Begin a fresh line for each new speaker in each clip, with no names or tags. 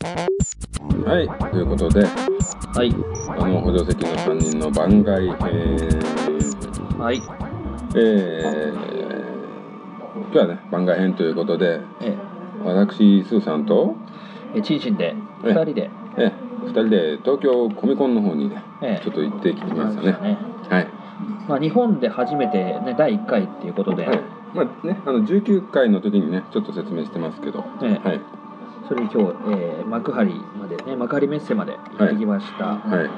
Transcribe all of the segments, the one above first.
はい、ということで、
はい。
あの補助席の3人の番外編。
はい。
えー、今日はね、番外編ということで、
え
私、スーさんと、
え、チンチンで、
ええ
二人で、
え2人で東京コミコンの方にね、
ええ
ちょっと行ってきましたね。
ね。
はい。
まあ、日本で初めて、ね、第1回っていうことで、
はいまあね、あの19回の時にね、ちょっと説明してますけど、は
ええ
い、
それに今日、ええ幕張までね、幕張メッセまで行ってきました。
はい、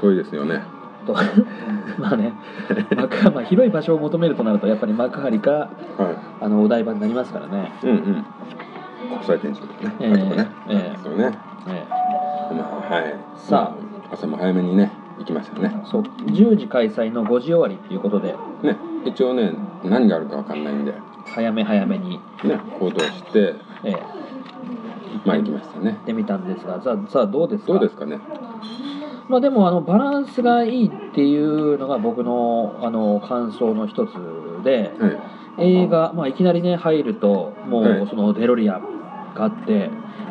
遠いですよね。
と ま あね、幕張まあ、広い場所を求めるとなると、やっぱり幕張か
は
あのお台場になりますからね。
い、うんうん。国際展示とかね、
ええ
あとかね、
ええ
そうね。
え
まあはい。
さ
あ朝も早めにね行きましたね
え。そう10時開催の5時終わりっていうことで、
ね一応ね何があるかわかんないんでね
早め早めに、
行動して
ええ
まあ行きましたね
行っ。てみたんですが、さあ、さあどうですか
どうですかね。
まあでもあのバランスがいいっていうのが僕のあの感想の一つで
は
映画、まあ、いきなりね入ると
は
も
いう
そのデロリアンがあって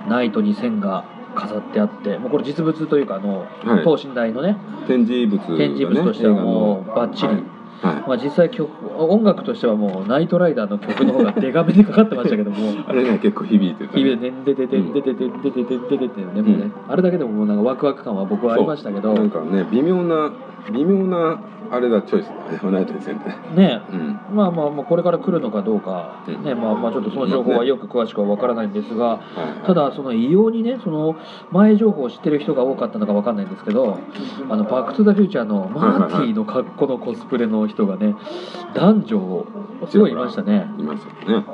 ナイト2000が飾ってあってもうこれ実物というかあの
はい
等身大のね
い。展示物がね
展示物としてはも
映
うバッチリ、
画のはい。
まあ、実際曲音楽としてはもうナイトライダーの曲の方がデカめにかかってましたけども。
あれね結構響いてたね。
いいねででででででででででででねもうねあれだけでももうなんかワクワク感は僕はありましたけど
なんかね微妙な微妙なあれだチョイスだね。ナイトですよね。
ね
うん。
まあまあまあこれから来るのかどうか、
うん
ねまあ、まあちょっとその情報はよく詳しくは分からないんですが、
はい。
た。だ、その異様にね、その前情報を知ってる人が多かったのか分かんないんですけど、あのバック・トゥ・ザ・フューチャーのマーティーの格好のコスプレの人がね、男女をすごいいましたね。
いますよね。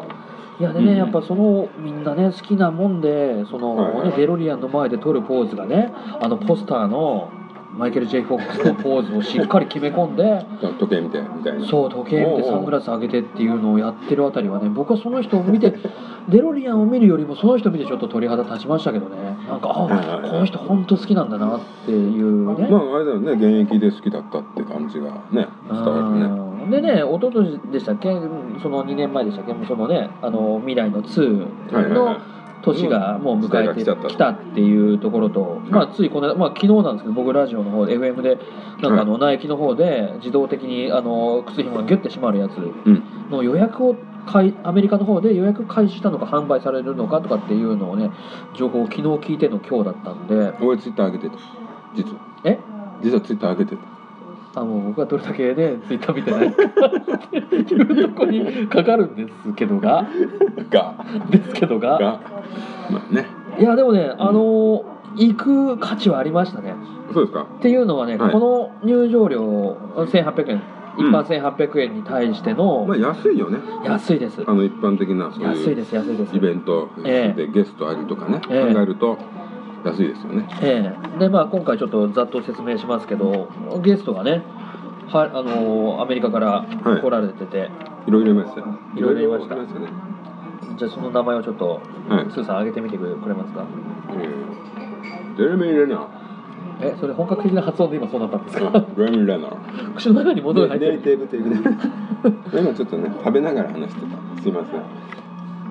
いやで
うん
ね、やっぱそのみんなね、好きなもんで、そ
はい
の
はい
ねデロリアンの前で撮るポーズがね、あのポスターのマイケル・ジェイ・フォックスのポーズをしっかり決め込んで。
時計みたいみたいな。
そう時計見てサングラス上げてっていうのをやってるあたりはね僕はその人を見て デロリアンを見るよりもその人見てちょっと鳥肌立ちましたけどねなんか
はいはい
あ
はい
この人本当好きなんだなっていうね、
まああれだよね現役で好きだったって感じがね伝わるね。
うんでね一昨年でしたっけその2年前でしたっけそのねあの未来の
はいは
2
いはい
の。年がもう迎えて
時代が来ちゃった
きたっていうところと、まあ、ついこの間、まあ、昨日なんですけど僕ラジオの方で FM でなんかあのナイキの方で自動的にあの靴ひもがギュッて締まるやつ
うん。
の予約を開アメリカの方で予約開始したのか販売されるのかとかっていうのをね情報を昨日聞いての今日だったんで
俺ツイッター上げてた。実は。
え
実はツイッター上げてた。
あもう僕はどれだけねツイッター見てないかっていうとこにかかるんですけどが
が、
ですけど
が、
が
まあね。
いやでもねあの行く価値はありましたね
そうですか。
っていうのはね、
はい
この入場料1800円一
うん
般1800円に対しての、
まあ安いよね。
安いです
あの一般的なそう
安
い
いうです安いです
イベント
ええ
でゲストありとかね、
ええ
考えると安いですよね。
ええでまあ、今回ちょっとざっと説明しますけどゲストがねはあのーアメリカから
はい
来られてて、
いろいろいましたよ。
いろいろいました
いろいろいま
じゃあその名前をちょっと、
したね。はい。
スーさん挙げてみてくれますか
えージェレミー・レ ナ
えそれ本格的な発音で今そうなったんです
ー。
か
あジェレミー・レナ
口の中に戻る
ー。
入って
ネイ
る
ティブというね。 今ちょっとね食べながら話してた。すいません。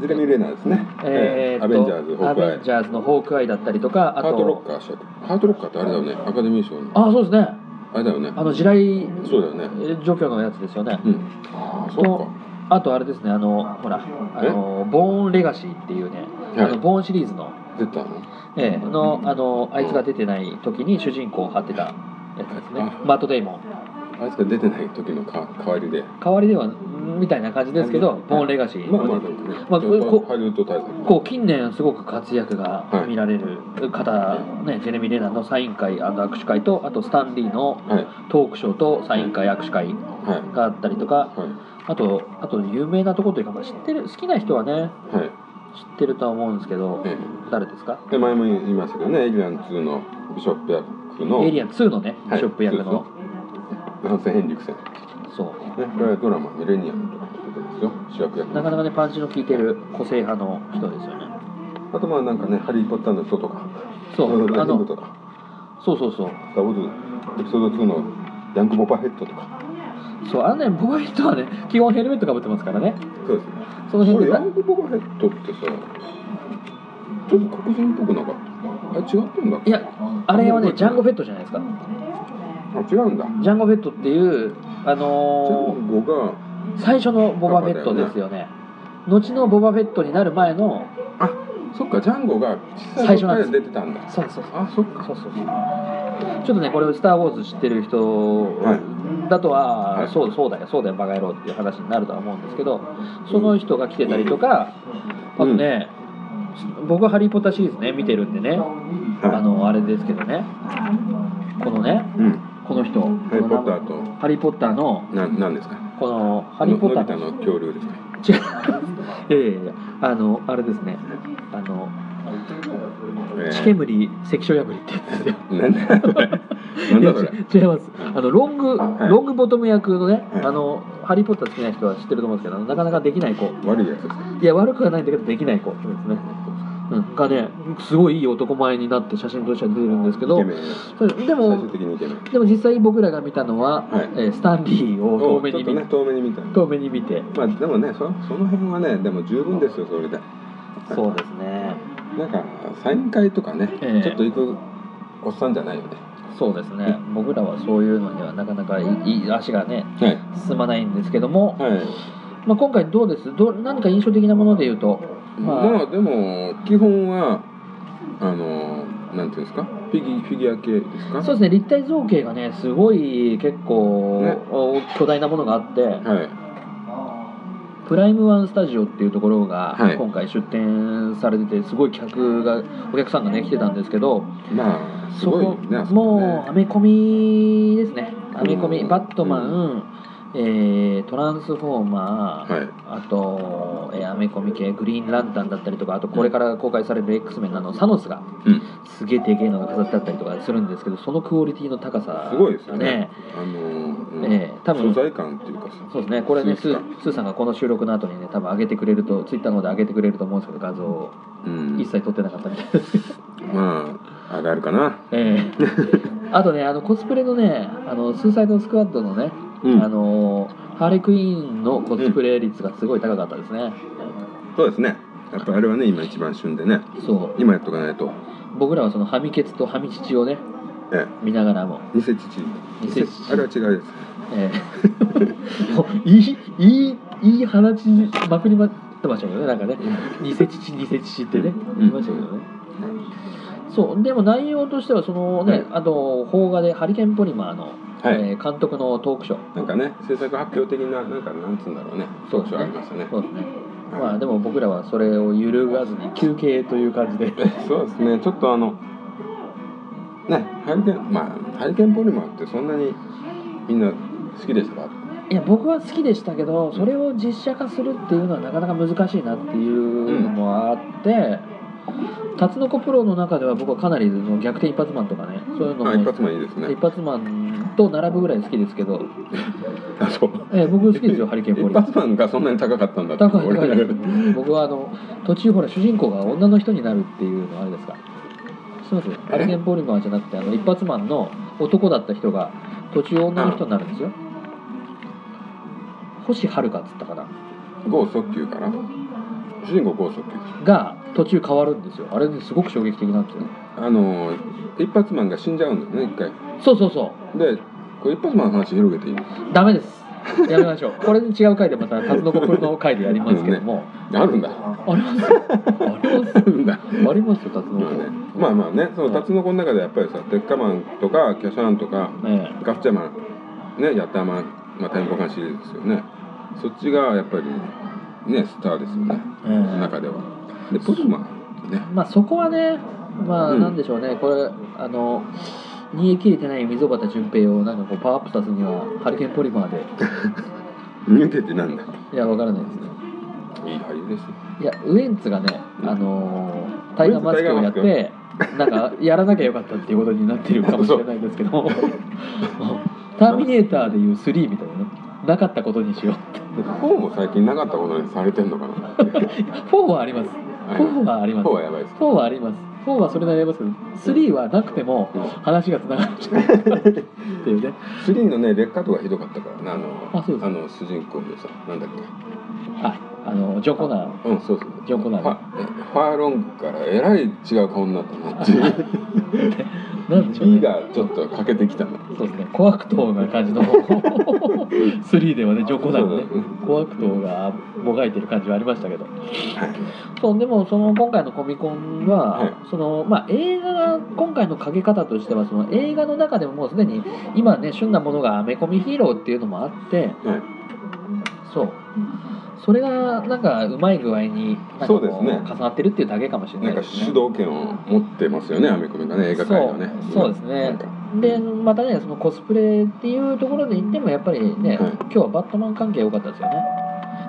ジェレミー・レナーですね。
えーっと
アベンジャーズ・ホークア
アベ
イ
ン。ジャーズのホークアイだったりとかあ
ハートロ
と
ッカーしたハートロッカーってあれだよね。アカデミー賞の。
あそうですね
あれだよね。
あの地雷
そうだよね。
除去のやつですよね
うん。ああ、そうか。
あとあれですねあのほらあのボーンレガシーっていうね、あ
は
の
い
ボーンシリーズの
出たの。
ええ、のあのあいつが出てない時に主人公を張ってたやつですね
あ
マット・デイモン
あいつが出てない時のか代わりで。
代わりではんみたいな感じですけ
は
ど
い
ボーン・レガシー、
まあまあなんかね。
まあこれこ
ハリウッド大作。
こう近年すごく活躍が
はい
見られる方、ね、ジェレミー・レナーのサイン会あの握手会とあとスタンリーの
はい
トークショーとサイン会握手会
はい
があったりとか
はい
あとあと有名なところというか、まあ、知ってる好きな人はね
はい。
知ってるとは思うんですけど
え
誰ですか
えで前も言いましたけどね、エイリアン2のビショップ役の
エイリアン2のね
は
ビ
い
ショップ役の、
ハンセン・ヘンリクセン。ね、
そう
これはドラマミレニアムとか出てますよ。主役役
なか
の。
なかねパンチの効いてる個性派の人ですよね
あとまあなんかね、ハリー・ポッターの人とか、
そう
ロード・ラ
あ
イディングと
の
か、
そうそうそう
ダブルエピソード2のヤンク・ボバヘッドとか。
そうあのねボーイ人はね基本ヘルメットかぶってますからね
そうですね。
その
こ
辺
れ
で
ヤングボバヘッドってさちょっと黒人っぽくなかったえ違ってんだっけ
いやあれはねジャンゴフェットじゃないですか
あ違うんだジ
ジャンゴフェットっていうあ
ャ
のー
ンゴが
最初のボバフェットですよね後のボバフェットになる前の
そっかジャンゴが小さい
最初
時か
なんで
ら
す
出てたんだ
そうそうそう
あそっか
そうそうそうちょっとねこれを「スター・ウォーズ」知ってる人だとは、
はい
そうそうだよそうだよバカ野郎っていう話になるとは思うんですけどその人が来てたりとか、あとね、僕は「ハリー・ポッター」シリーズね見てるんでね、あのあれですけどねこのね
うん
この人
「ハリー・ポッター」と
ハリー・ポッターの
ななんですか
この「ハリー・ポッター
の」のび太の恐竜ですか
違う いやいやいやあのあれですねあの
えー
血煙関所破りってやつですよ
なんだそれなんだそれ
い や違いますあのロング、
はい
ロングボトム役のね、
はい
あのハリー・ポッター好きな人は知ってると思うんですけどあのなかなかできない子
悪いやつです
いや悪くはないんだけどできない子ですね、うん、がねすごいいい男前になって写真としては出てるんですけ
イケ
ど
メンです
それで
最
も
終的にイケメン
でも実際僕らが見たのは、
はい
えースタンリーを遠目に見
ちょっとね遠目に見た
遠目に見て
まあでもねそその辺はねでも十分ですよそれで
そうですね
なんかサイン会とかね、
ええ
ちょっと行くおっさんじゃないよね
そうですね僕らはそういうのにはなかなかいいいい足がね
はい
進まないんですけども、
はい
まあ、今回どうですどう何か印象的なもので言うとま
ま
あ
あ、でも基本はあのなんていうんですかフィギフィギュア系ですか
そうですね立体造形がねすごい結構、
ね
お巨大なものがあって、
はい
プライムワンスタジオっていうところが
はい
今回出展されててすごい客がお客さんがね来てたんですけど
まあす
そ
ごい
こ
ねあそこね
もうアメコミですねアメコミ
うん
バットマン、えートランスフォーマー、
はい
あと、えーアメコミ系グリーンランタンだったりとかあとこれから公開される X メンなのサノスが
うん
すげえでけえのが飾ってあったりとかするんですけどそのクオリティの高さ
すごいですよね
ね
あの、うん
ええ多分
素材感っていうかさ
そうですねこれねス
スーツか
ースーさんがこの収録の後にね多分上げてくれるとツイッターの方で上げてくれると思うんですけど画像を
うん
一切撮ってなかったみたいです、
まあ上がるかな
え えあとねあのコスプレのねあのスーサイドスクワッドのね、
うん
あのハーレクイーンのコスプレ率がすごい高かったですね、
そうですねやっぱあれはね今一番旬でね
そう
今やっとかないと
僕らはそのハミケツとハミチチをね
ええ
見ながらも、
偽父
偽
偽
父
あれは違いです
ええもういいいいいい話まくりまってましたけどねなんかね偽父偽父ってね
うん
言いましたけどね、そうでも内容としてはそのね、
はい
あと邦画でハリケーン・ポリマーの、
はい
えー監督のトークショー
なんかね制作発表的ななんかなんつうんだろうね
そう
特
で
徴
すね
ありますよね
そうですね、ま
は
あでも僕らはそれを揺るがずに休憩という感じで
いそうですねちょっとあのねハリケーンまあハリケーンポリマーってそんなにみんな好きでしたか
いや僕は好きでしたけどそれを実写化するっていうのはなかなか難しいなっていうのもあって、タツノコプロの中では僕はかなりの逆転一発マンとかねそういうのも
あ一発もいいですね
一発マンと並ぶぐらい好きですけど、
あそう
えー僕好きですよハリケーンポ
一
リマー
発マンがそんなに高かったんだって
高い
俺
高
の
い
中で
です僕はあの途中ほら主人公が女の人になるっていうのはあれですかすみませんハリケーンポリマーじゃなくてあの一発マンの男だった人が途中女の人になるんですよ星遥かっつったかな
剛速球かな主人公剛速球
が途中変わるんですよあれねすごく衝撃的なんですよ
あの一発マンが死んじゃうんだよね一回
そうそうそう
でこれ一発マンの話広げていい
ダメですやめま しょうこれに違う回でまたタツノコプロの回でやりますけども、
あるんだ
ありますよあります
あるんだ
よありますよタツノ
まあ
コ
ねまあまあねそのタツノコの中でやっぱりさ鉄火マンとかキャシャーンとか
え
ガフチャマンねヤッターマンまあタイムカンシリーズですよねそっちがやっぱりねスターですよね
えええ
中ではでプルマンね
まあそこはね、まあ
うん
なんでしょうね、これ、あの、煮え切れてない溝端淳平をなんかこうパワーアップさすには、ハリケーンポリマーで、
見ててなんだ
いや、わからないですね。
いい俳優ですよ
いや、ウエンツがね、あのー、タイガーマスクをやっ
ウエ
て、なんか、やらなきゃよかったっていうことになってるかもしれないですけど、もう ターミネーターでいう3みたいなね、なかったことにしよう。
でフォーも最近なかったことにされてんのかな
4はあります。4はありま
フォ
す
ー。はやばいです
4はあります。4はそれなりにありますけど、3はなくても
うん
話がつながっち ゃうっていうね。
スリーのね劣化とかひどかったからねあの
あそうです
の主人公のさなんだっけ
はいあのジョコナー
うんそうそう
ジョコナー
フ
ね、
ァえファーロングからえらい違う顔になったなっていう
なんでしょう
B
ね
がちょっと欠けてきたな
そうですねコアクトーな感 じの3ではねジョコナーのね
そうだね
コアクトーがもがいてる感じはありましたけど
はい
そうでもその今回のコミコンは、
はい
そのまあ、映画が今回のかけ方としてはその映画の中でももうすでに今ね旬なものがアメコミヒーローっていうのもあって
はい
そうそれがなんかうまい具合になんか
そ
こ
うですね
重なってるっていうだけかもしれな
ないん
で
か
す
主
ね。
導権を持ってますよねアメコミがね映画界のね
そうそうですね
なんか
でまたねそのコスプレっていうところで言ってもやっぱりね、
はい
今日はバットマン関係良かったですよね。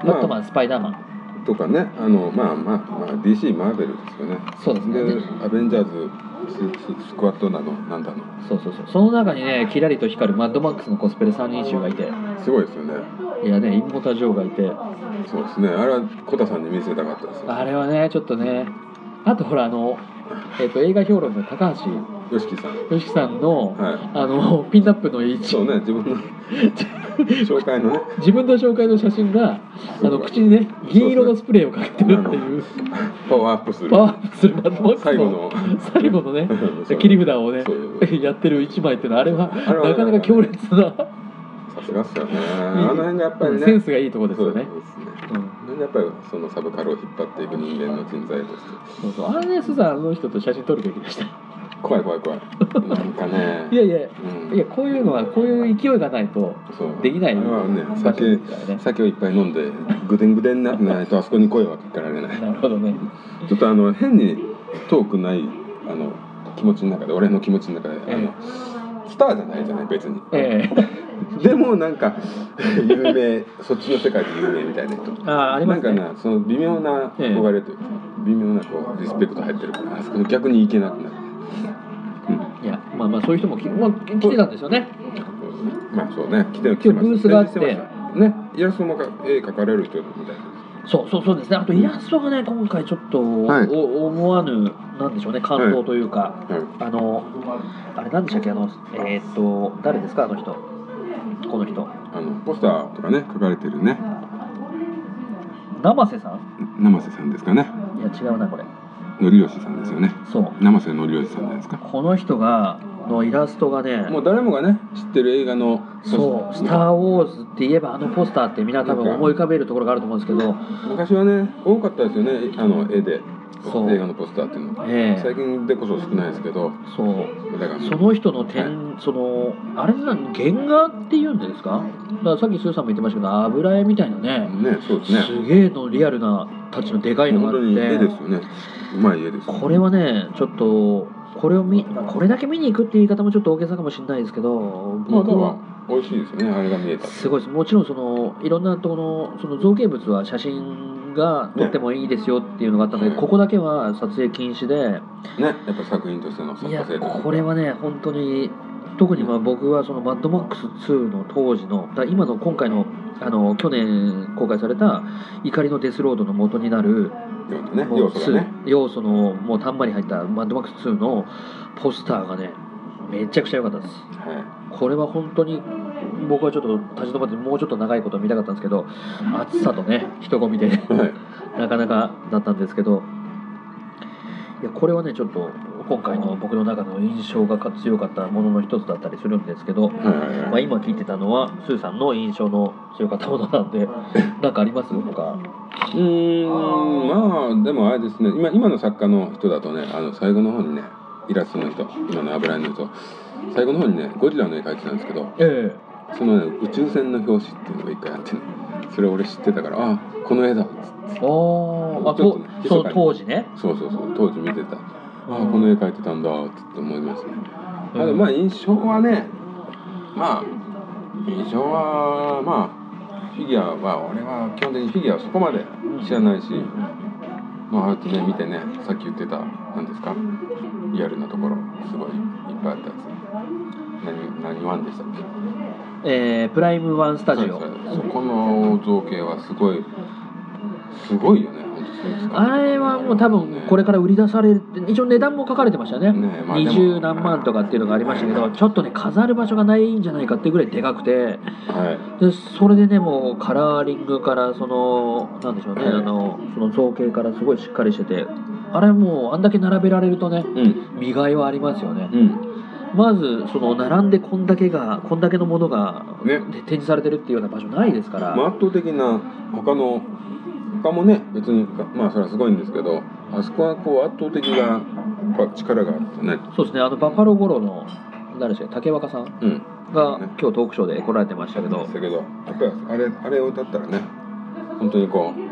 まあ
バットマン、スパイダーマン
とかねあのまあまあ、まあ、DC マーベルですよね
そうですね。で
でアベンジャーズスススクワットなのなんだの
そうそうそうその中にねキラリと光るマッドマックスのコスプレ3人衆がいて
すごいですよね
いやねインモタジョーがいて
そうですねあれはコタさんに見せたかったですよ
あれはねちょっとねあとほらあの、えっと映画評論の高橋
よしきさん
良樹さんの、
は
あのピンナップの
い
位置
そうね自分の 紹介のね
自分の紹介の写真があの口にね銀色のスプレーをかけてるっていう
パワーアップする
パワーアップするマッドマックス
最後の
最後のね
そう
切り札をね
そういう
やってる一枚っていうのはあれは
あれは
なかなか強烈な
さすがっすよ ねあの辺がやっぱりね
センスがいいとこですよ
そう
ね。
ですね
うん
やっぱりそのサブカルを引っ張っていく人間の人材として
そうそうあれねスザンあの人と写真撮るべきでしたい
怖い怖い怖いなんかね
やいや
うん
いやこういうのはこういう勢いがないと
そう
できない
あれはね
場所
酒
ですからね
酒をいっぱい飲んでぐでんぐでんになってないとあそこに声はかけられない
なるほどね
ちょっとあの変に遠くないあの気持ちの中で俺の気持ちの中であ
え
のスターじゃないじゃない別に
ええ
でもなんか 有名そっちの世界で有名みたいな人
あああります
な
ね
んかなその微妙な憧れというか、微妙なこうリスペクト入ってるからあそこに逆に行けなくなる、
いやまあまあそういう人もき、まあ、来てたんですよね
うん、まあそうね来て来てま
ブー
す
スがあって
展示してましたねイラストもか絵描かれる人みたいな
そうそうそうですねあとイラストがね今回ちょっと、
はい
お思わぬなんでしょうね感動というか、
はい
あのあれなんでしたっけあのえーっと誰ですかあの人この人
あのポスターとかね書かれてるね
生瀬さん
生瀬さんですかね
いや違うなこれ
のりよしさんですよね
そう
生瀬のりよしさんじゃないですか
この人がのイラストがね
もう誰もがね知ってる映画の
そう「スター・ウォーズ」って言えばあのポスターってみんな多分思い浮かべるところがあると思うんですけど、
昔はね多かったですよねあの絵で
そう
映画のポスターっていうのが
ええ
最近でこそ少ないですけど
そう
だから
その人の点、そのあれなん原画っていうんですかだからさっきスーさんも言ってましたけど油絵みたいなね
ねそうですね
すげえのリアルなタッチのでかいのがあ
本
っ
当に絵です
て
よねうまい絵ですよね
これはねちょっとこれを見まあこれだけ見に行くっていう言い方もちょっと大げさかもしれないですけど
まあだ
僕は
から美味しいですよねあれが見えた
すごいですもちろんそのいろんなところのその造形物は写真が撮ってもいいですよっていうのがあったので、
ね
ここだけは撮影禁止で
ねやっぱ作品としての作
い
家
や
性と
これはね本当に特にまあ僕はそのマッドマックス2の当時のだから今の今回のあの去年公開された怒りのデスロードの元になる
ようなね
もう
要素がね
2要素のもう単まに入ったマッドマックス2のポスターがねめちゃくちゃ良かったです
は
これは本当に僕はちょっと立ち止まってもうちょっと長いこと見たかったんですけど暑さとね人混みで
いはい
なかなかだったんですけどいやこれはねちょっと今回の僕の中の印象が強かったものの一つだったりするんですけど、
はいはい
ま
は
あ、
い
今聞いてたのはスーさんの印象の強かったものなんでなんかあります他
うーんまあでもあれですね今今の作家の人だとねあの最後の方にねイラストの人今の油絵の人最後の方にねゴジラの絵描いてたんですけど
え
そのね宇宙船の表紙っていうのが一回あってねそれ俺知ってたからあこの絵だっつって
えあーあ
ちょっと
と
ね
その当時ね
そうそうそう当時見てたあこの絵描いてたんだっつって思いますねあ
う
と
ん
まあ印象はねまあ印象はまあフィギュアは俺は基本的にフィギュアはそこまで知らないし、まあああやってね見てねさっき言ってた何ですかリアルなところすごいいっぱいあったやつ何何ワンでしたっけ
えープライムワンスタジ
そ
オ
うそうそこの造形はすごいすごいよね本
あれはもう多分これから売り出される一応値段も書かれてましたね
ねまあでも
二十何万とかっていうのがありましたけどちょっとね飾る場所がないんじゃないかっていうぐらいでかくて
はい
でそれでねもうカラーリングからそのなんでしょうねあのその造形からすごいしっかりしててあれもうあんだけ並べられるとね
うん
見栄えはありますよね
うん
まずその並んでこんだけがこんだけのものが
ね
で展示されてるっていうような場所ないですから、
まあ圧倒的な他の他もね別にまあそれはすごいんですけどあそこはこう圧倒的なやっぱ力があったね
そうですねあのバファローゴロの誰でしたっけ竹若さん
うん
が
ね
今日トークショーで来られてましたけ
だ
ど
けどやっぱりあれあれを歌ったらね本当にこう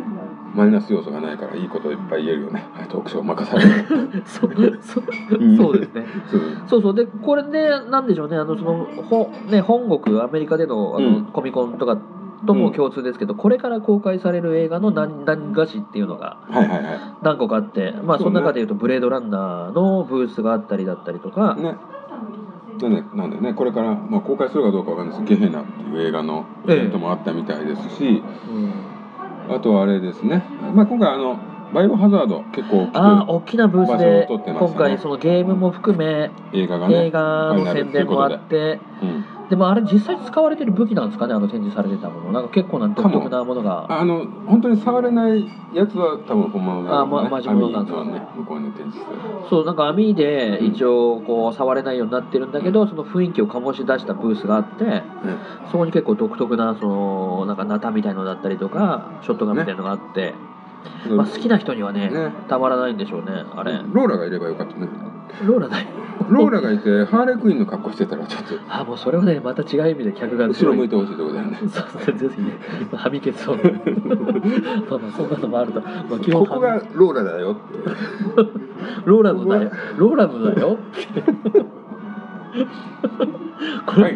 マイナス要素がないからいいこといっぱい言えるよねはいトークショー任される
そうそう
うん
そうですね
そう
そうそうでこれでなんでしょうねあのそのほ、ね、本国アメリカでのあの、
うん
コミコンとかとも共通ですけど、これから公開される映画の何何がしっていうのが
はいはいは
何個かあって、まあ、そ
そう
の
ね
中でいうと「ブレードランナー」のブースがあったりだったりとか、
いねなんでなんでねこれから、まあ、公開するかどうかわかんないです「ゲヘナ」っていう映画のイベントもあったみたいですし、
うん
あとはあれですね、まあ、今回あのバイオハザード結構
ああ
大
大きなブース
場
で
所を取ってましたね
今回そのゲームも含め
きく映画がね
映画の宣伝もあって
うん、
でもあれ実際使われてる武器なんですかねあの展示されてたものなんか結構な独特なものが
あの本当に触れないやつは多分本物だ
あまマジ物なんだ
だね向こうに展示してる
そうなんか網で一応こう触れないようになってるんだけどその雰囲気を醸し出したブースがあって
ね
そこに結構独特なそのなんかナタみたいのだったりとかショットガンみたいのがあって、まあ、好きな人にはね
ね
たまらないんでしょうねあれ
ローラがいればよかったね
ローラだよ
ローラがいてハーレークイーンの格好してたらちょっと
あもうそれはねまた違う意味で客が
後ろ向いてほしいとこだよね
そうそうぜひね、まあ、はみ けそう。まあまあそんなのもあると、まあ、基
こ
本
こがローラだよ
ローラムだよ。ローラム だよ。これ、
はい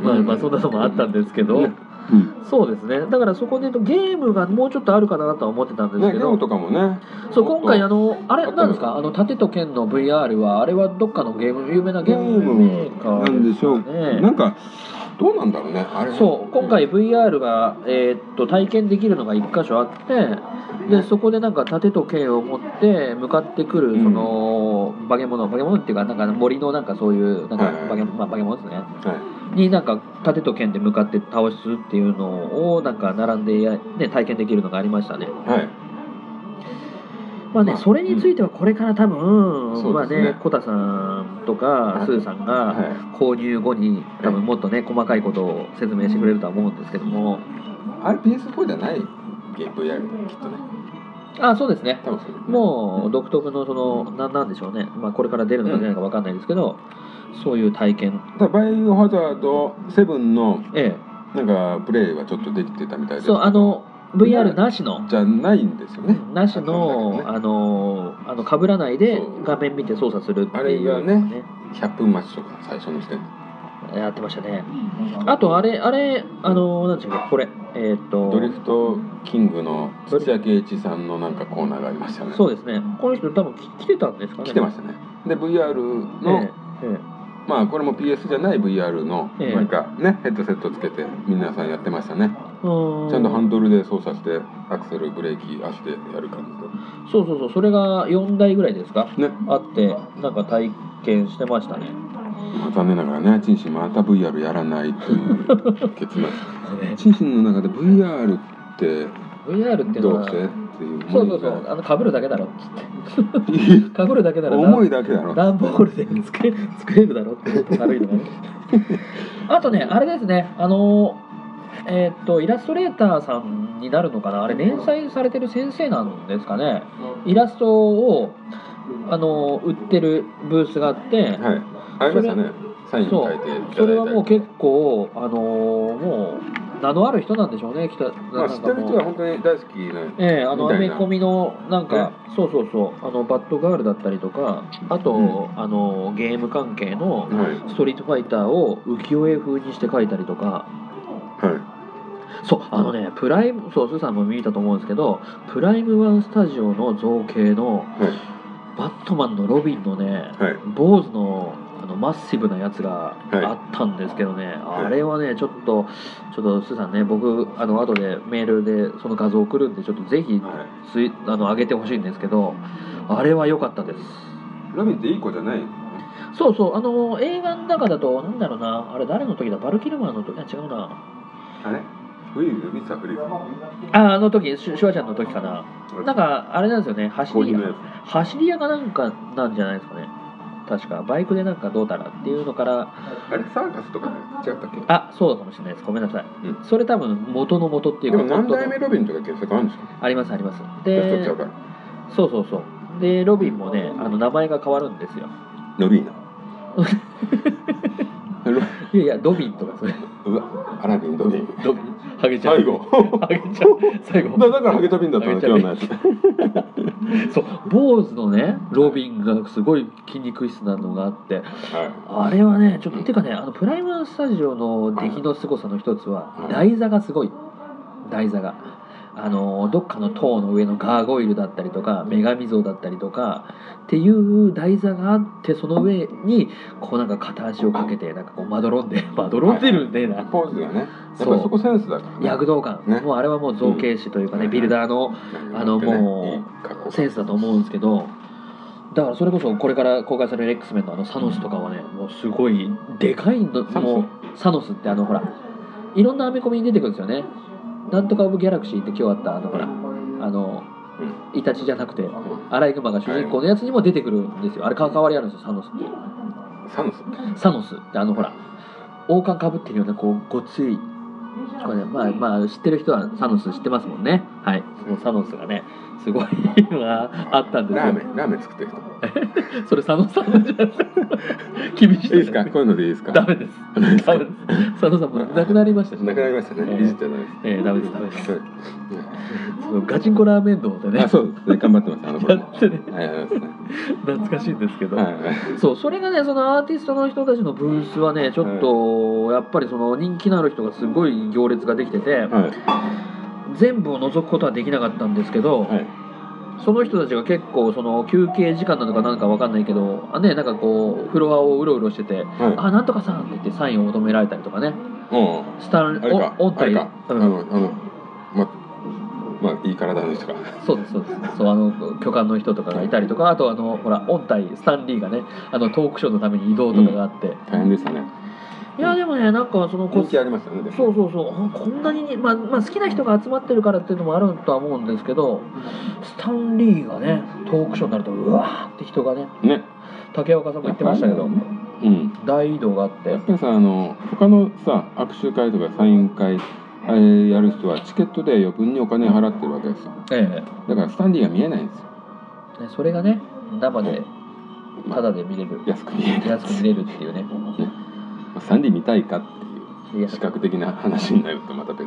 まあまあそんなのもあったんですけど、
ねうん
そうですね。だからそこで言うとゲームがもうちょっとあるかなとは思ってたんです
ね
け
ゲ
ど、
ームとかもね
そう今回あ
もっ
のあれ
あったの
なんですかあの盾と剣の VR はあれはどっかのゲーム有名なゲームメーカ
とな
ー
ん
で
でしょ
す
う
かね。
なんかどうなんだろうねあれ
そう今回 VR が、えーっと体験できるのが1箇所あってでそこでなんか盾と剣を持って向かってくる
うん
その、化け物化け物っていうかなんか森のなんかそういうなんか
はいはい
化け,、まあ、化け物ですね
はい
になんか盾と剣で向かって倒すっていうのをなんか並んでや、ね、体験できるのがありましたね。
はい
まあね、
まあ
それについてはこれから多分、
うん
まあ
そうです
ね
ね
コタさんとか
い
スーさん
は
が
い
購入後に多分もっとね細かいことを説明してくれるとは思うんですけども。
あれ PS4 じゃないゲーム VR きっとね
あそうですね
多分そう
もう独特のそのななんでしょうね、まあ、これから出るのか出ないのか分かんないですけど、そういう体験
ただバイオハザード7の
え
なんかプレイはちょっとできてたみたい
え
です
そうあの VR なしの
じゃないんですよね
なしの
あ
あのあの被らないで
そう
画面見て操作するっていう
あれがね100分待ちとか最初の時点で
やってましたねあとあれあれあのなんでしょうかこれえーっと
ドリフトキングの土屋圭一さんのなんかコーナーがありましたね
そうですねこの人多分き来てたんですかね
来てま
し
したねで VR
た
の、
えええ
まあこれも PS じゃない VR の
ええ
なんかね、ヘッドセットつけて皆さんやってましたね
えうー
ちゃんとハンドルで操作してアクセルブレーキ足でやる感
そうそうそうそれが4台ぐらいですか
じでね、
あってなんか体験してましたね
まあ、残念ながらねチンシンまた VR やらないという結末
ね
チンシンの中で VR って
VR っていうの
どう
は
してっていう
そうそうそうあのかぶるだけだろっつっ
う
てかぶるだけだろ
重いだけだろ
段ボールで作 れ作れるだろって思って軽いの がねあとねあれですねあのえーっとイラストレーターさんになるのかなあれ連載されてる先生なんですかねイラストをあの売ってるブースがあって
はいありましたねサイン
そ
書いていただいた
う
り
それはもう結構あのもう名のある人なんでしょうね北
ま
な
あ、
ん
知
か
ってる
もう
人は本当に大好きな、
ええあの
みた
ア
い
メ
な
コミのなんか、そうそうそうあのバッドガールだったりとかあと、
うん
あのゲーム関係の
はい
ストリートファイターを浮世絵風にして描いたりと
は
かそうあのねプライムそうスーさんも見たと思うんですけどプライムワンスタジオの造形の
いはい
バットマンのロビンのね
はい
坊主のあのマッシブなやつが
はい
あったんですけどね、
い
あれはねちょっとちょっとスーさんね僕あの後でメールでその画像送るんでちょっとぜひ
は
ツイあの上げてほしいんですけどあれは良かったです
い、ラビンっていい子じゃないの
そうそうあの映画の中だとなんだろうなあれ誰の時だバルキルマーの時あ違うな
あれフリーズミスターフリーズ
ああの時シュシュワちゃんの時かななんかあれなんですよね
購
走り
入の
屋
や
走り屋がなんかなんじゃないですかね確かバイクでなんかどうたらっていうのから
つあれサーカスとかね違ったっけ
あそうかもしれないですごめんなさい、
うん
それ多分元の元ってい
で
う
も
か
何
元
代
の
目ロビンとか検索あるんですか
ありますあります
じゃあ
で
そっちわかる
そうそうそうでロビンもねあの名前が変わるんですよ
ロビー ナロ
いやいやドビンとか それ
うわアラビンロビン
ドビンハゲちゃん
最後
ハゲちゃん最後
だだからハゲタビンだったの
ハゲちゃ
今
ん
日のやつ
そう坊主のねロビンがすごい筋肉質なのがあって
は
あれはねちょっとてかねあのプライムスタジオの出来の凄さの一つ
う
は
ん
台座がすごい台座があのどっかの塔の上のガーゴイルだったりとか女神像だったりとかっていう台座があってその上にこうなんか片足をかけてなんかこうまどろんで まどろんでるんで
い
な
ポーズがねやっぱり
そう
そこセンスだからね
躍動感、
ね
もうあれはもう造形師というかね、
うん
ビルダーのあのも
ういい格好
センスだと思うんですけどだからそれこそこれから公開される X メンのあのサノスとかはねもうすごいでかいの
サノス
もうサノスってあのほらいろんなアメコミに出てくるんですよねなんとかオブギャラクシーって今日あったあのほらあのイタチじゃなくてアライグマが主人公のやつにも出てくるんですよあれ関わりあるんですよサノスって
サノス
サノスってあのほら王冠かぶってるようなこうごついこれねまあまあ知ってる人はサノス知ってますもんねはいそのサノスがねすごいのがあったんです
ラー
よ
メンラーメン作ってる人
それ佐野さんじゃない 厳しい
いいですかこういうのでいいですか
ダメですダメです佐野さんも亡くなりましたし
なくなりましたねいじってないです
えーダメですダメです
はい
そのガチンコラーメン堂でね
あそうですね頑張ってますあの
や
頃も
ってね
はいありがとうございま
懐かしいんですけ
す
ど、
はいはい
そうそれがねそのアーティストの人たちのブースはねちょっとやっぱりその人気のある人がすごい行列ができてて
はい
全部を除くことはできなかったんですけど、
はい
その人たちが結構その休憩時間なのかなんかわかんないけどあねなんかこうフロアをうろうろして
は
て
い
あ、なんとかさんって言ってサインを求められたりとかね、
うん
スタン
あれか、
おおった
あれ
り、
か、あ
うん
の、あの、ま、まあ、いい体の人か。
そうです、そうです、そう、あの、巨漢の人とかがいたりとか、あと、あの、ほら、音体、スタンリーがね、あの、トークショーのために移動とかがあって、
大変でしたね。
いや、でもね、なんか、その、こ
人気ありましたね。でも
そうそうそう、あこんなに、まあ、まあ、好きな人が集まってるからっていうのもあるとは思うんですけど、スタンリーがね、トークショーになると、うわーって人がね、
ね。
竹岡さんも言ってましたけど、
うん。
大移動があって
や、っぱりさ、あの、他のさ、握手会とかサイン会。あれやる人はチケットで余分にお金払ってるわけですよ
え
だからスタンディーが見えないんですよ
え、ねそれがね、生で、ただで見れる。
安く見えない
安く見れるっていうね
まあスタンディー見たいかって
い
い
や
う視覚的な話になるとまた別です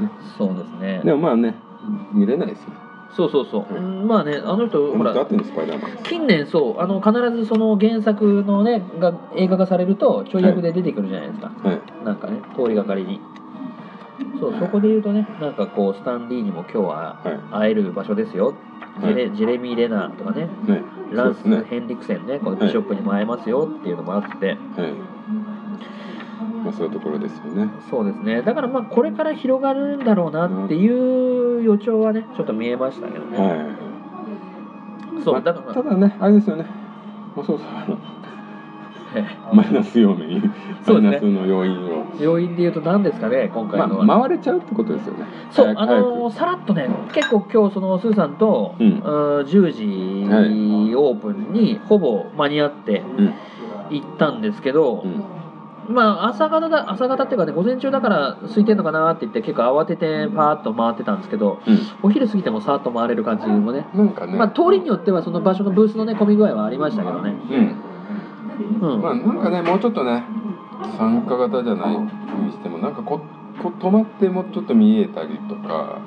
よね
そうですね
でもまあね見れないですよ
そうそうそう、うんまあねあの人
この
ほ
人合
ら
ってるのスパイダーマン
近年そうあの必ずその原作のねが映画化されるとちょい役で出てくるじゃないですか、
はい
なんかね通りがかりにそうそこで言うとねなんかこうスタンリーにも今日は
は
会える場所ですよ、ジェ
は
レジェレミー・レナーとかね
いね
ラ
そう
ン
で
ス・
すね
ヘンリクセンねこの
はい
ビショップにも会えますよっていうのもあって、
はい。まあそういうところですよね。
そうですねだからまあこれから広がるんだろうなっていう予兆はねちょっと見えましたけどね、
は
そ
ま
うだから、
ただね、あれですよね。もうそろそろあのマイナス要因、
そうで
マイナ
すね
スの要因を、
要因で言うと何ですかね今回のは、
まあ回れちゃうってことですよね。
そう
早く
あのーさらっとね結構今日そのスーさんと、
う
うんー10時、
はい
オープンにほぼ間に合って
うん
行ったんですけど、
うん
まあ朝方だ朝方っていうかね午前中だから空いてんのかなって言って結構慌ててパーッと回ってたんですけどお昼過ぎてもさーっと回れる感じもね
うん、なんかね。
まあ通りによってはその場所のブースのね混み具合はありましたけどね、
うん。
うん
まあなんかね、もうちょっとね、参加型じゃないにしてもなんかここ止まってもうちょっと見えたりとか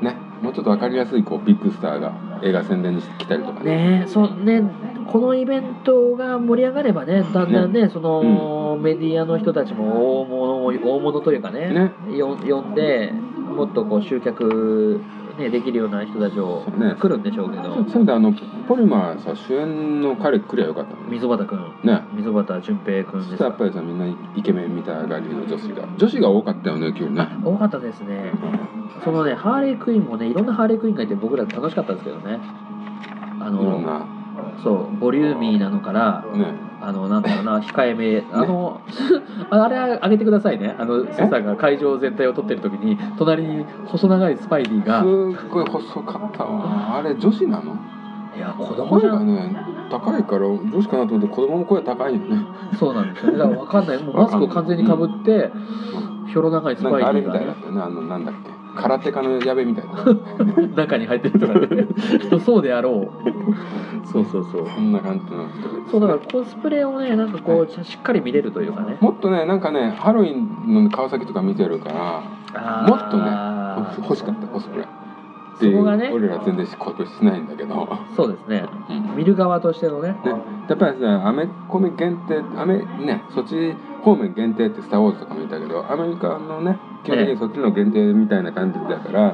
ね、もうちょっとわかりやすいこうビッグスターが映画宣伝に来たりとかね。
ねえそうねこのイベントが盛り上がればねだんだんねその、メディアの人たちも大物を大物というかね
ね
よ呼んでもっとこう集客ね、できるような人たちを
そうね
来るんでしょうけど、
せめてあのポリマーさ主演の彼来りゃよかったのにね
溝端君、溝端淳平君
そし
です
たらやっぱりさみんなイケメンみたいがりの女子が女子が多かったよね今日ね
多かったですね、そのね、ハーレークイーンもね、いろんなハーレークイーンがいて、僕ら楽しかったですけどね、
い
あ
ろん
の
な
そう、ボリューミーなのから、
ね
あのなんだろ うな、控えめ、あの あれ、あげてくださいね、あのセさんが会場全体を撮ってる時に、隣に細長いスパイディが、
すっごい細かったわあれ女子なの
いや、子供
声
じゃ
が
ん、
ね高いから女子かなと思って子供の声高いよね
そうなんですよね、だから分かんない、もうマスクを完全にかぶって、ひょろ長いス
な
パ
んかあ
イデ
れ
ィ
み
が
たいだ
ね、
ったよねあのなんだっけ空手家の矢部みたいな、ね、
中に入ってるとかね、き っとそうであろう、そうそうそう。
そんな感じの人ですね
そうだからコスプレをねなんかこうちゃしっかり見れるというかね
もっとねなんかねハロウィンの川崎とか見てるか
あ
もっとねら
ー
欲しかったコスプレって
そ
いう
こがね
俺ら全然今年しないんだけど、
そうですね
うん
見る側としてのね
ね、やっぱりさアメコミ限定アメねそっち方面限定って「スター・ウォーズ」とかも言ったけどアメリカのね基本的にそっちの限定みたいな感じだから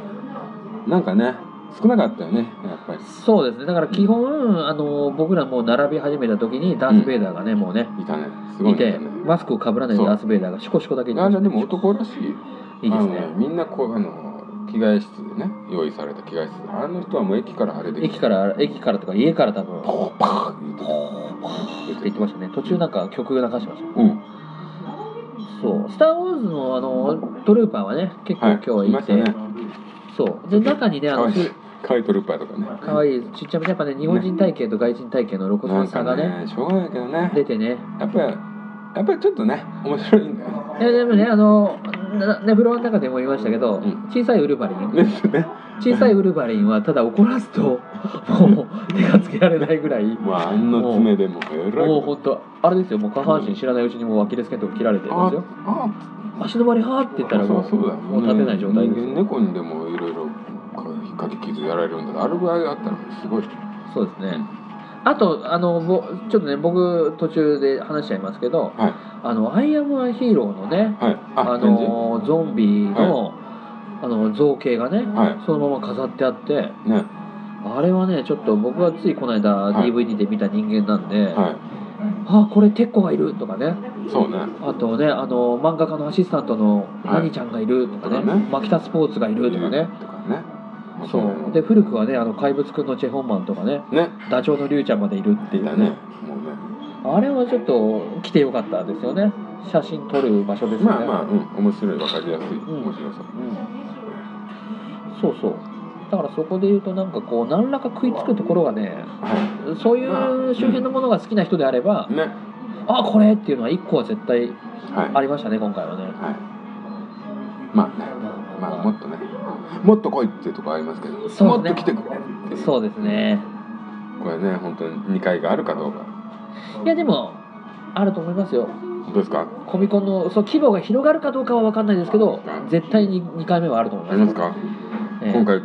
なんかね少なかったよねやっぱり
そうですねだから基本あの僕らもう並び始めた時にダース・ベイダーがねもうね
いたねすごい
い
んだ
て
よね
マスクをかぶらない
そう
ダース・ベイダーがシコシコだけに
あれでも男らしい
いいです
あの
ね
みんなこうあの着替え室でね用意された着替え室あの人はもう駅からあれで
駅から駅からとか家から多分
パ
ポ
コパーンって
ーンって
言
言
っ
っててましたね途中なんか曲流してました
たうん
そう「スター・ウォーズ」のあのトルーパーはね結構今
い
日
ま
は
した
いて、
ね
そうで中にねあ
かわ
の
いいかわいいトルーパーとかね
可愛いちっちゃめやっぱね日本人体型と外人体型の露
な
骨
ん
さ
か
がね
ねしょうがないけどね
出てね
やっぱりやっぱりちょっとね面白いんだよね
えでもねあのなねフロアの中でも言いましたけど、
うん
小さいウルヴァリ ン
ですね
小さいウルヴァリンはただ怒らすともう手がつけられないぐらいも
まああんな爪でもえらいう
本当あれですよもう下半身知らないうちにもうアキレス腱とか切られてるん
あ
ですよ
あ
足の割りはーって言ったらもう
そうそうだよね
もう立てない状態です
人間猫にでもいろいろかき傷やられるんだからあるぐらいあったらすごい
そうですねあとあのぼちょっとね僕途中で話しちゃいますけど
はい
あの「アイアム・ア・ヒーロー」のね
はい
あ
展示
のゾンビの,、あの造形がね、
は
そのまま飾ってあって
いね
あれはねちょっと僕はついこの間
はい
DVD で見た人間なんで、
は
あこれテッコがいるとかね
いそうね
あとねあの漫画家のアシスタントの何ちゃんがいるとかね,、
とかね
マキタスポーツがいるとかね、
とかね
そうで古くはねあの怪物くんのチェ・ホンマンとかね
ね
ダチョウのリュウちゃんまでいるってい
出
う
たねもうね
あれはちょっと来てよかったですよね写真撮る場所ですよね、
まあまあうん面白いわかりやすい
ん
面白さ
そうそうだからそこで言うとなんかこう何らか食いつくところがね
は
そういう周辺のものが好きな人であれば
い、ね
あこれっていうのは1個は絶対
はい
ありましたね今回はね
はいまあねまあもっとねもっと来いっていうとこありますけども
そう
っ
です
と
ね
来てくれっていう
そうですね
これね本当に2回があるかどうか
いやでもあると思いますよ
本当ですか
コミコンのその規模が広がるかどうかは分かんないですけど絶対に2回目はあると思い
あ
ま
り
す
ますか、
ええ
今回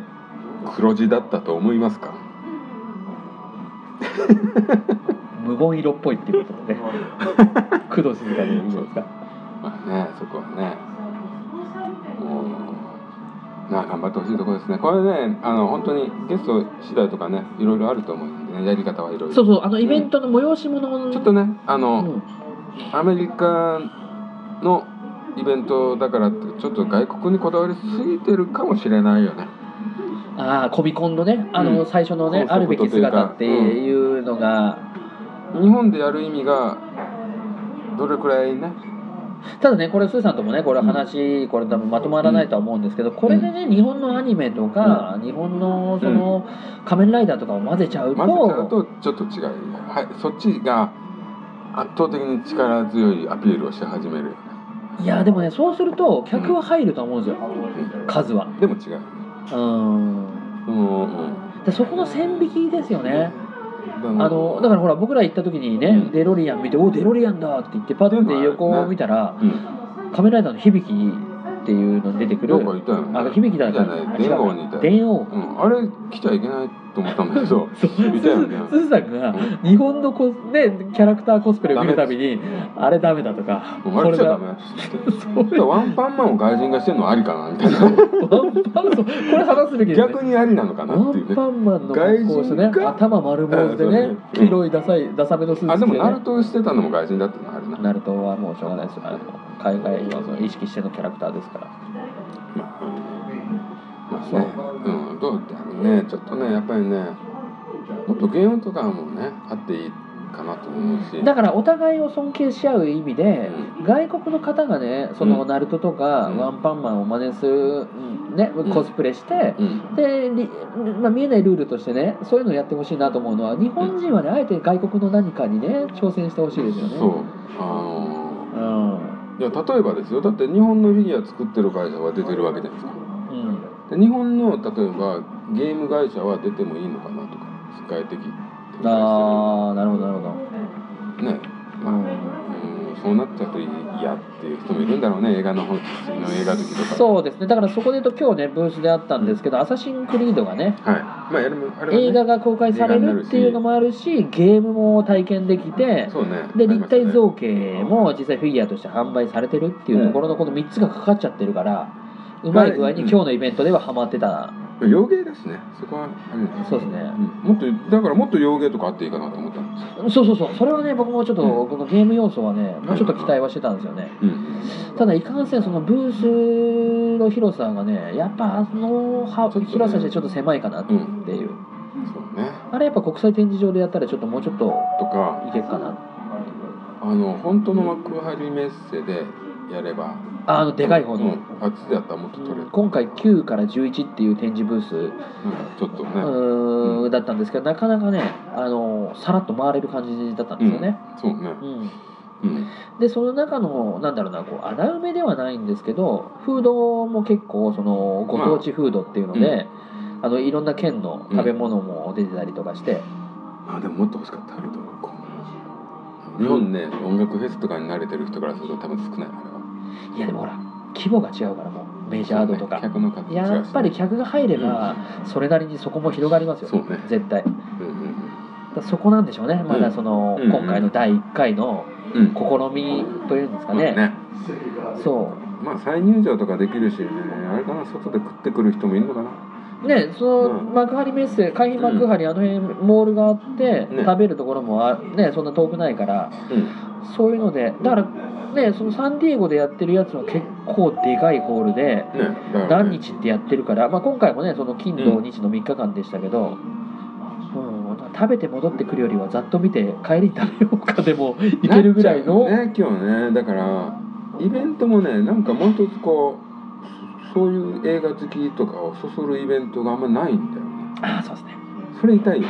黒字だったと思いますか
無言色っぽいっていう ことでね工藤静香でいいんですか
まあねそこはねもうなあ頑張ってほしいところですねこれねあの本当にゲスト次第とかねいろいろあると思うんでねやり方はいろい
そう
ろ
そうあのイベントの催し物の
ちょっとねあ
う
の、
ん
アメリカのイベントだからってちょっと外国にこだわりすぎてるかもしれないよね
ああコミコンのねあ
う
の
ん
最初の
そ
ね
うそう
あるべき姿っていうのが
日本でやる意味がどれくらいね
ただねこれスーさんともねこれ話これ多分まとまらないとは思うんですけどこれでね日本のアニメとか日本のその仮面ライダーとかを混ぜちゃう
混ぜちゃう
と
とちょっと違う、はい、そっちが圧倒的に力強いアピールをし始めるよね
いやでもねそうすると客は入ると思うんですよ数は
でも違う
うん
うんうん
でそこの線引きですよね
あ
あのだからほら僕ら行った時にね、
うん
デロリアン見て「おデロリアンだ!」って言ってパッて横を見たら
うん、
「仮面ライダーの響き」っていうのに出てくる
なんかいたよね
あ響きだ
じゃ
か
ない
ら
電王にいたよ、
電王
うん、あれ来ちゃいけないっと思ったんだけど
そう
見たよね
すずさんが
うん
日本のコスねキャラクターコスプレを見るたびにあれダメだとか
もうあれじゃダメ
そう
だワンパンマンを外人がしてるのはありかなみたいな
ワンパンそうこれ話すべきですね
逆にありなのかな
ワ
っていう
ン
ね
パンマンの格好をしてね
外人が
頭丸坊主で
あそう
ね
ね
黄色いダサいダサめのスーツ着て、
あで
ね、
もナルトしてたのも外人だったなあれな
ナルトはもうしょうがないですよあの海外を意識してのキャラクターですから
まあ、まあね、うん、どうだろうね、ちょっとね、やっぱりね、もっとゲームとかもね、あっていいかなと思うし。
だからお互いを尊敬し合う意味で、外国の方がねその
うん
ナルトとか
うん
ワンパンマンを真似する、ね
ん
コスプレして、
うん、
でりまあ、見えないルールとしてねそういうのやってほしいなと思うのは日本人はねあえて外国の何かにね挑戦してほしいですよね。
そう、あの
うん
ー、いや、例えばですよ、だって日本のフィギュア作ってる会社は出てるわけじゃないですか。
うん
で、日本の、例えば、ゲーム会社は出てもいいのかなとか、世界的。
ああなるほどなるほど、
ね、まあ、うん、そうなっちゃうと嫌っていう人もいるんだろうね、映画の方、次の映画好きとか。
そうですねだからそこで言うと今日ねブースであったんですけど「アサシン・クリード」がね
はい、まあ、やるも、あれはね
映画が公開されるっていうのもあるしゲームも体験できて
そうね。あり
で
ま
立
したね
体造形も実際フィギュアとして販売されてるっていうところのこの3つがかかっちゃってるからうまい具合に今日のイベントではハマってた
洋芸ですねそこはあれですね
そうですね
うんもっとだからもっと洋芸とかあっていいかなと思ったんですよ、
そうそうそうそれはね僕もちょっと
う
このゲーム要素はねもうちょっと期待はしてたんですよね
うん、
ただいかんせんそのブースの広さがねやっぱあのは
ちょっとね
広さじゃちょっと狭いかなっていう
そうね
あれやっぱ国際展示場でやったらちょっともうちょっと
とか
いけるかな
あの本当の幕張メッセでやれば
ああのでかい方
う
の、
んあっちでやったらもっと取れる、うん
今回9から11っていう展示ブース
ちょっとね、
うーんだったんですけどなかなかねあのさらっと回れる感じだったんですよね、
そうね
うん
うん
でその中のなんだろうなこう穴埋めではないんですけどフードも結構そのご当地フードっていうので、あのいろんな県の食べ物も出てたりとかして、
あでももっと欲しかったあれとこう日本ね音楽フェスとかに慣れてる人からすると多分少ないあれはい
やでもほら規模が違うからもうメジャードとか、
そうね客の数も違うしね
やっぱり客が入ればそれなりにそこも広がりますよ、
そうね
絶対だか
うんうん
らそこなんでしょうねまだその、
うん
今回の第1回の
うんうん
試みというんですか
まあね
そう
まあ再入場とかできるしねあれかな外で食ってくる人もいるのかな
ねその
うん
幕張メッセ海浜幕張、あの辺モールがあって、
ね
食べるところもあねそんな遠くないから
うん
そういうのでだからねそのサンディエゴでやってるやつは結構でかいホールで
ねだからね
何日ってやってるから、まあ、今回もねその金土
うん
日の3日間でしたけど、うん食べて戻ってくるよりはざっと見て帰りに食べようかで もいけるぐらいの、
なっちゃうよね今日ねだからイベントもねなんかもう一つこうそういう映画好きとかをそそるイベントがあんまないんだよね
ああそうですね
それ痛いよ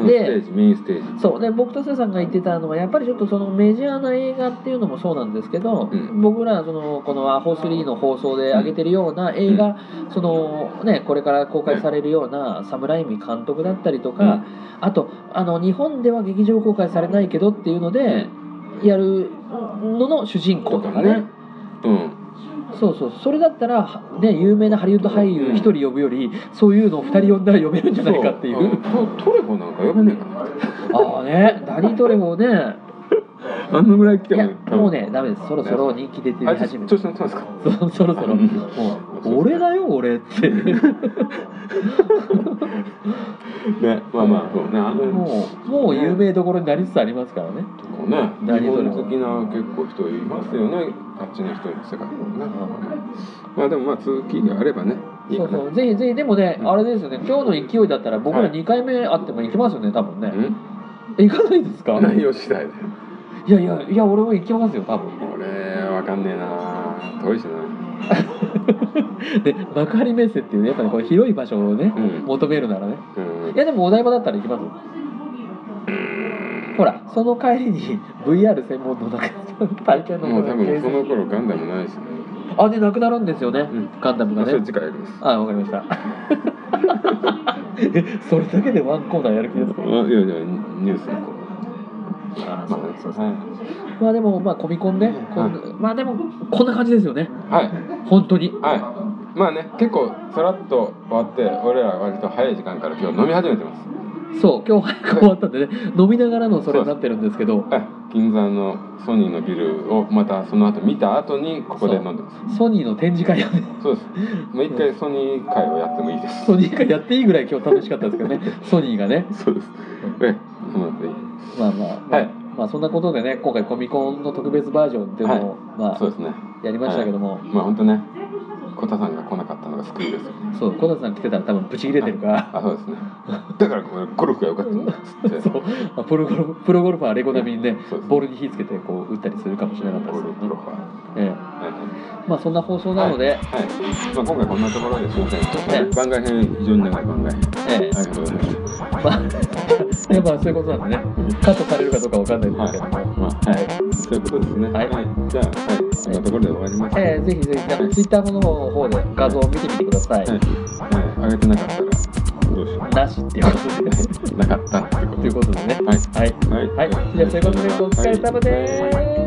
うんス
で
テージメインステージ
そうで僕とスーさんが言ってたのはやっぱりちょっとそのメジャーな映画っていうのもそうなんですけど、
うん
僕らそのこの「アホ3」の放送で上げてるような映画、そのね、これから公開されるようなサムライミ監督だったりとか、
うん
あとあの日本では劇場公開されないけどっていうのでやるのの主人公とかね
うん
そうそうそれだったら、はね、有名なハリウッド俳優1人呼ぶよりそういうのを2人呼んだら呼べるんじゃないかっていう。
そうんトトレコなんか呼べねえか
ああねダニートレもね
なあのぐらい来て
い
も
やもうねダメですそろそろ人気出て
あ
み
いつ
始めて
調子乗ってますか
そそろそろ
うん
もう俺だよ俺って
ねまあまあそうねあの
もうもう有名どころになりつつありますからね、
とかね
何
日
それ
本好きな結構人いますよねあっちの人の世界もね
ん
まあでもまあ続きがあればねいい
そ
か
う
な
そうぜひぜひでもね、
うん
あれですよね今日の勢いだったら僕ら
はい
2回目あっても行きますよね多分ね、
うん
え行かないですか
内容次第で
いやいやいや俺も行きますよ多分
俺わかんねえな遠いしな
で幕張メッセっていうねやっぱりこう広い場所をね、
うん
求めるならね
うん
いやでもお台場だったら行きますよほらその帰りに VR 専門の中体験の
もう多分
検
そ
索
の頃ガンダムないしね
あでなくなるんですよね、
ん
ガンダム
ま
が
あそれ
ね
次回やります
あわかりました えそれだけでワンコーナーやる気です
あ
か
いやいやニュースの頃
あ
まあね
まあでもまあコミコンね、こん
は
まあでもこんな感じですよね
はい
本当に
はいまあね結構さらっと終わって俺ら割と早い時間から今日飲み始めてます
そう今日早く終わったんでね飲みながらのそれになってるんですけど
あ銀座のソニーのビルをまたその後見た後にここで飲んでます
ソニーの展示会をね
そうですもう一回ソニー会をやってもいいです
ソニーがやっていいぐらい今日楽しかったですけ どねソニーがね
そうですえそうなんでいい
まあまあ、まあ
はい
まあそんなことでね今回コミコンの特別バージョンでも、
はい
ま
そう
あ
ですね
やりましたけども、
まあ本当ねコタさんが来なかったのが救いですよね
そう小田さん来てたら多分ブチ切れてるから
あそうですねだからこれゴルフが良かったんだっつって
そうまあプロゴルプロゴルファーレコ並みにね
そうです
ボールに火つけてこう打ったりするかもしれなかったで
ゴ
すけ
ルフ
どね
ロファーは
え
い
えまあそんな放送なので、
はい、まあ、今回こんなところですみません
ええ
番外編非常に長い番外編
ええ
ありがとうございます
まあ やっぱそういうことなんでねカットされるかどうかわかんないですけど、
はい、まあ
はい
そういうことですね。
はい
じゃあ、はい、そんなところで終わります。はい。
えー、ぜひぜひ、あのツイッターの方で画像を見てみてください。
はい、上げてなかったら、どうしよ
なしっていうことで、
う。なかったってこと
ということでね。
はい。
はい。
はい。
はい。じゃあ、ということで、お疲れ様でーす。